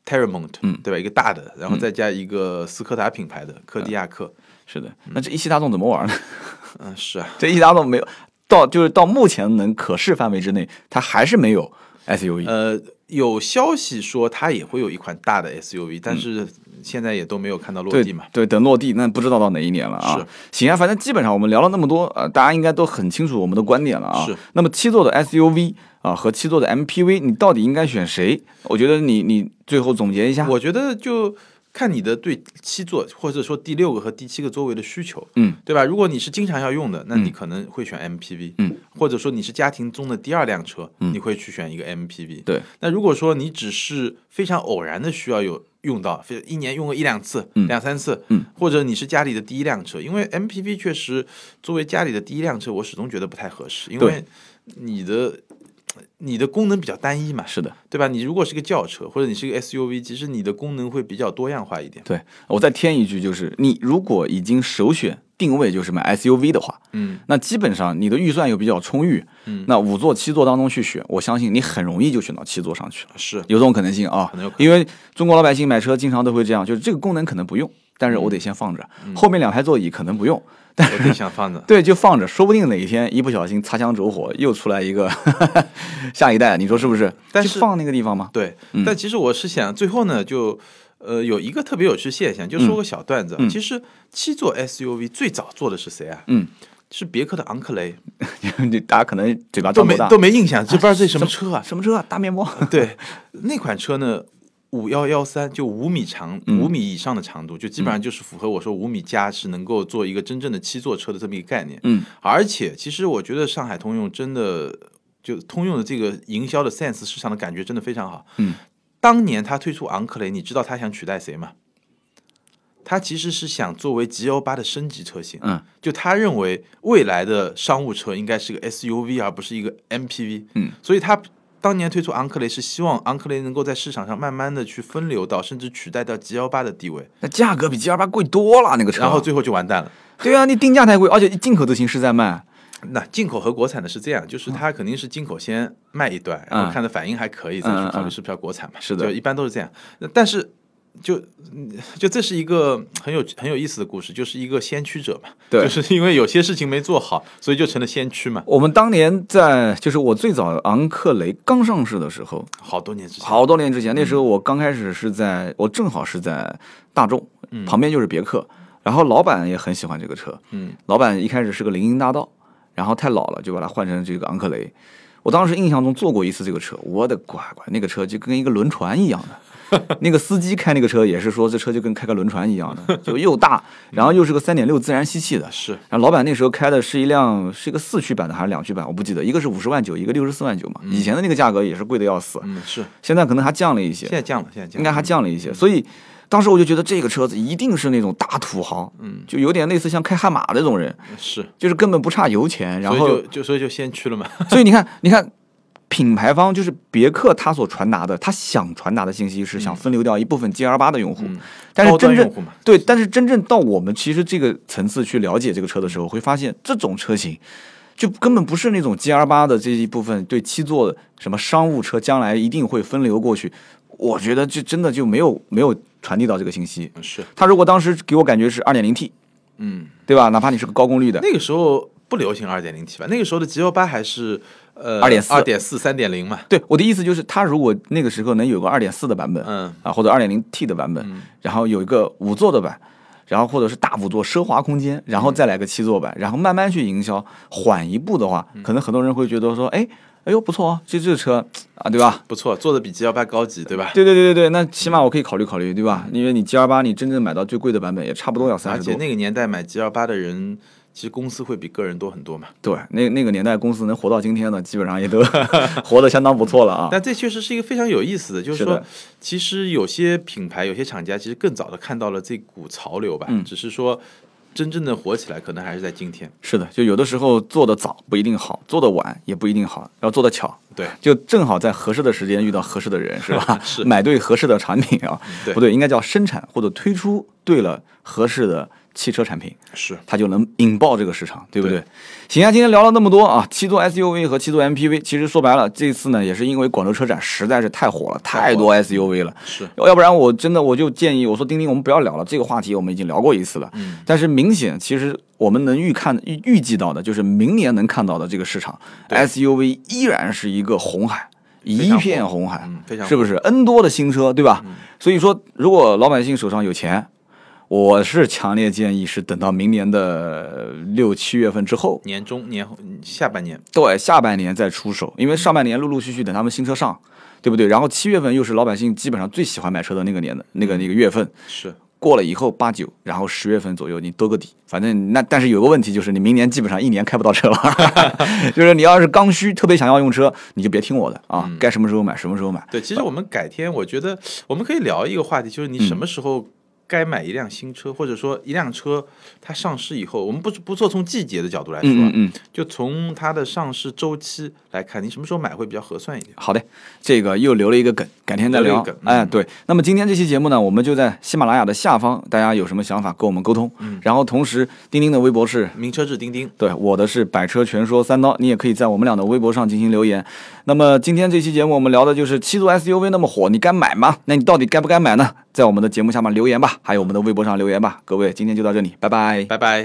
S2: Terramont，
S1: 嗯
S2: 对吧？一个大的，然后再加一个斯柯达品牌的柯迪亚克，
S1: 是的，那这一汽大众怎么玩呢？
S2: 嗯，是啊，
S1: 这一汽大众没有到，就是到目前能可视范围之内，它还是没有 E SUV。
S2: 呃，有消息说它也会有一款大的 SUV，但是现在也都没有看到落
S1: 对
S2: 地嘛。
S1: 对，等落地那不知道到哪一年了啊
S2: 是！
S1: 行啊，反正基本上我们聊了那么多，呃，大家应该都很清楚我们的观点了啊。
S2: 是。
S1: 那么七座的 SUV 啊、和七座的 MPV，你到底应该选谁？我觉得你你最后总结一下。
S2: 我觉得就看你的对七座或者说第六个和第七个座位的需求，
S1: 嗯，
S2: 对吧？如果你是经常要用的，那你可能会选 MPV，
S1: 嗯，
S2: 或者说你是家庭中的第二辆车，你会去选一个 MPV。
S1: 对，
S2: 那如果说你只是非常偶然的需要有用到，非一年用个一两次、两三次，
S1: 嗯
S2: 或者你是家里的第一辆车，因为 MPV 确实作为家里的第一辆车，我始终觉得不太合适，因
S1: 对
S2: 为你的你的功能比较单一嘛，
S1: 是的，
S2: 对吧？你如果是个轿车或者你是个 SUV，其实你的功能会比较多样化一点。
S1: 对我再添一句，就是你如果已经首选定位就是买 SUV 的话，
S2: 嗯，
S1: 那基本上你的预算又比较充裕，嗯，那五座、七座当中去选，我相信你很容易就选到七座上去了，
S2: 是
S1: 有这种可能性啊
S2: 可能有可。
S1: 因为中国老百姓买车经常都会这样，就是这个功能可能不用，但是我
S2: 嗯
S1: 得先放着，后面两排座椅可能不用，但。
S2: 我挺想放的
S1: 对，就放着，说不定哪一天一不小心擦枪走火，又出来一个 <laughs> 下一代，你说是不是？
S2: 但
S1: 就是放那个地方吗？<laughs>
S2: <laughs> 对，但其实我是想最后呢，就呃有一个特别有趣现象，就说个小段子啊。其实七座 SUV 最早做的是谁啊？
S1: 嗯，
S2: 是别克的昂克雷，
S1: 就大家可能嘴巴
S2: 都
S1: 张
S2: 没哎
S1: 不大，
S2: 都没印象，这不知道这什么车啊？
S1: 什么车啊？大面包。
S2: <laughs> 对，那款车呢，五幺幺三就五米长，
S1: 嗯
S2: 五米以上的长度，就基本上就是符合我说五米加是能够做一个真正的七座车的这么一个概念。
S1: 嗯，
S2: 而且其实我觉得上海通用真的就通用的这个营销的 sense 市场的感觉真的非常好。
S1: 嗯，
S2: 当年他推出昂克雷，你知道他想取代谁吗？他其实是想作为 G L 八的升级车型，
S1: 嗯，
S2: 就他认为未来的商务车应该是个 SUV 而不是一个 MPV，
S1: 嗯，
S2: 所以他当年推出昂克雷是希望昂克雷能够在市场上慢慢的去分流到，甚至取代掉 G L 八的地位，
S1: 那价格比 G 二八贵多了，那个车。
S2: 然后最后就完蛋了。
S1: 对啊，你定价太贵，而且进口都行是在卖。
S2: 那进口和国产的是这样，就是它肯定是进口先卖一段，然后看的反应还可以，再
S1: 嗯嗯嗯
S2: 去
S1: 嗯
S2: 考虑是不是要国产嘛。
S1: 是的
S2: 就一般都是这样。那但是就嗯就这是一个很有很有意思的故事，就是一个先驱者嘛，
S1: 对
S2: 就是因为有些事情没做好，所以就成了先驱嘛。
S1: 我们当年在就是我最早昂克雷刚上市的时候，
S2: 好多年之前，
S1: 好多年之前，那时候我刚开始是在我正好是在大众旁边就是别克，然后老板也很喜欢这个车，
S2: 嗯，
S1: 老板一开始是个林荫大道，然后太老了就把它换成这个昂克雷。我当时印象中坐过一次这个车，我的乖乖，那个车就跟一个轮船一样的。那个司机开那个车也是说，这车就跟开个轮船一样的，就又大，然后又是个三点六自然吸气的，
S2: 是
S1: 然后老板那时候开的是一辆是一个四驱版的还是两驱版，我不记得，一个是五十万九，一个六十四万九嘛。以前的那个价格也是贵的要死，
S2: 嗯是，
S1: 现在可能还降了一些
S2: 现，在降了，现在降了，
S1: 应该还降了一些。所以当时我就觉得这个车子一定是那种大土豪，嗯，就有点类似像开悍马的那种人，
S2: 嗯是，
S1: 就是根本不差油钱。然
S2: 所
S1: 后
S2: 以就，就所以就先驱了嘛。 <laughs>
S1: 所以你看，你看。品牌方就是别克，它所传达的，它想传达的信息是想分流掉一部分 G L 八的用户，但是
S2: 嗯高端
S1: 真正
S2: 用户嘛
S1: 对，但是真正到我们其实这个层次去了解这个车的时候，会发现这种车型就根本不是那种 G R 八的这一部分对七座的什么商务车将来一定会分流过去，我觉得这真的就没有没有传递到这个信息。
S2: 嗯是，
S1: 他如果当时给我感觉是二点零 T，
S2: 嗯，
S1: 对吧？哪怕你是个高功率的，
S2: 那个时候不流行二点零 T 吧？那个时候的 G L 八还是呃
S1: 2.4
S2: 二点四、三点零嘛。
S1: 对我的意思就是，他如果那个时候能有个二点四的版本，
S2: 嗯
S1: 啊，或者二点零 T 的版本，然后有一个五座的版，然后或者是大五座奢华空间，然
S2: 嗯
S1: 后再来个七座版，然后慢慢去营销，缓一步的话，
S2: 嗯
S1: 可能很多人会觉得说，哎，哎呦不错啊，这这个车啊，对吧？
S2: 不错，做的比 G 幺八高级，对吧？
S1: 对对对对对，那起码我可以考虑考虑，对吧？因为你 G 二八，你真正买到最贵的版本也差不多要三
S2: 嗯而
S1: 十
S2: 且
S1: 多。
S2: 那个年代买 G 幺八的人，其实公司会比个人多很多嘛。
S1: 对，那那个年代公司能活到今天的，基本上也都 <laughs> 活得相当不错了
S2: <laughs>
S1: 啊。
S2: 但这确实是一个非常有意思的，就是
S1: 是
S2: 说
S1: 的，
S2: 其
S1: 嗯
S2: 实有些品牌、有些厂家其实更早的看到了这股潮流吧，只是说真正的火起来，可能还是在今天。
S1: 是的，就有的时候做的早不一定好，做的晚也不一定好，然后做的巧，
S2: 对，
S1: 就正好在合适的时间遇到合适的人，是吧？
S2: <laughs> 是
S1: 买对合适的产品啊，
S2: 对
S1: 不对，应该叫生产或者推出对了合适的汽车产品，
S2: 是
S1: 它就能引爆这个市场，对不对？
S2: 对
S1: 行啊，今天聊了那么多啊，七座 SUV 和七座 MPV，其实说白了，这次呢也是因为广州车展实在是太火了，
S2: 火了
S1: 太多 SUV 了。
S2: 是，
S1: 要不然我真的我就建议我说丁丁，我们不要聊了，这个话题我们已经聊过一次了。
S2: 嗯，
S1: 但是明显其实我们能预看预预计到的，就是明年能看到的这个市场
S2: 对
S1: ，SUV 依然是一个红海，
S2: 非
S1: 一
S2: 常
S1: 片
S2: 火
S1: 红海，
S2: 嗯非常嗯
S1: 是不是？N 多的新车，对吧？所以说，如果老百姓手上有钱。我是强烈建议是等到明年的六七月份之后，
S2: 年中年后嗯下半年，
S1: 对，下半年再出手，因为上半年陆陆续续等他们新车上，对不对？然后七月份又是老百姓基本上最喜欢买车的那个年的那
S2: 嗯
S1: 个那个月份，
S2: 是
S1: 过了以后八九，然后十月份左右你兜个底，反正那但是有个问题就是你明年基本上一年开不到车
S2: <laughs>
S1: 了， <laughs> 就是你要是刚需特别想要用车，你就别听我的啊，
S2: 嗯
S1: 该什么时候买什么时候买。
S2: 对。其实我们改天，我觉得我们可以聊一个话题，就是你
S1: 嗯
S2: 什么时候该买一辆新车，或者说一辆车它上市以后，我们不不做从季节的角度来说，啊
S1: 嗯嗯嗯，
S2: 就从它的上市周期来看，你什么时候买会比较合算一点？
S1: 好的，这个又留了一个梗，改天再
S2: 留了
S1: 聊
S2: 一个梗。嗯
S1: 哎，对，那么今天这期节目呢，我们就在喜马拉雅的下方，大家有什么想法跟我们沟通。
S2: 嗯
S1: 然后同时，钉钉的微博是
S2: 名车志钉钉，
S1: 对，我的是百车全说三刀，你也可以在我们俩的微博上进行留言。那么今天这期节目我们聊的就是七座 SUV 那么火，你该买吗？那你到底该不该买呢？在我们的节目下面留言吧，还有我们的微博上留言吧。各位，今天就到这里，拜拜。
S2: 拜拜。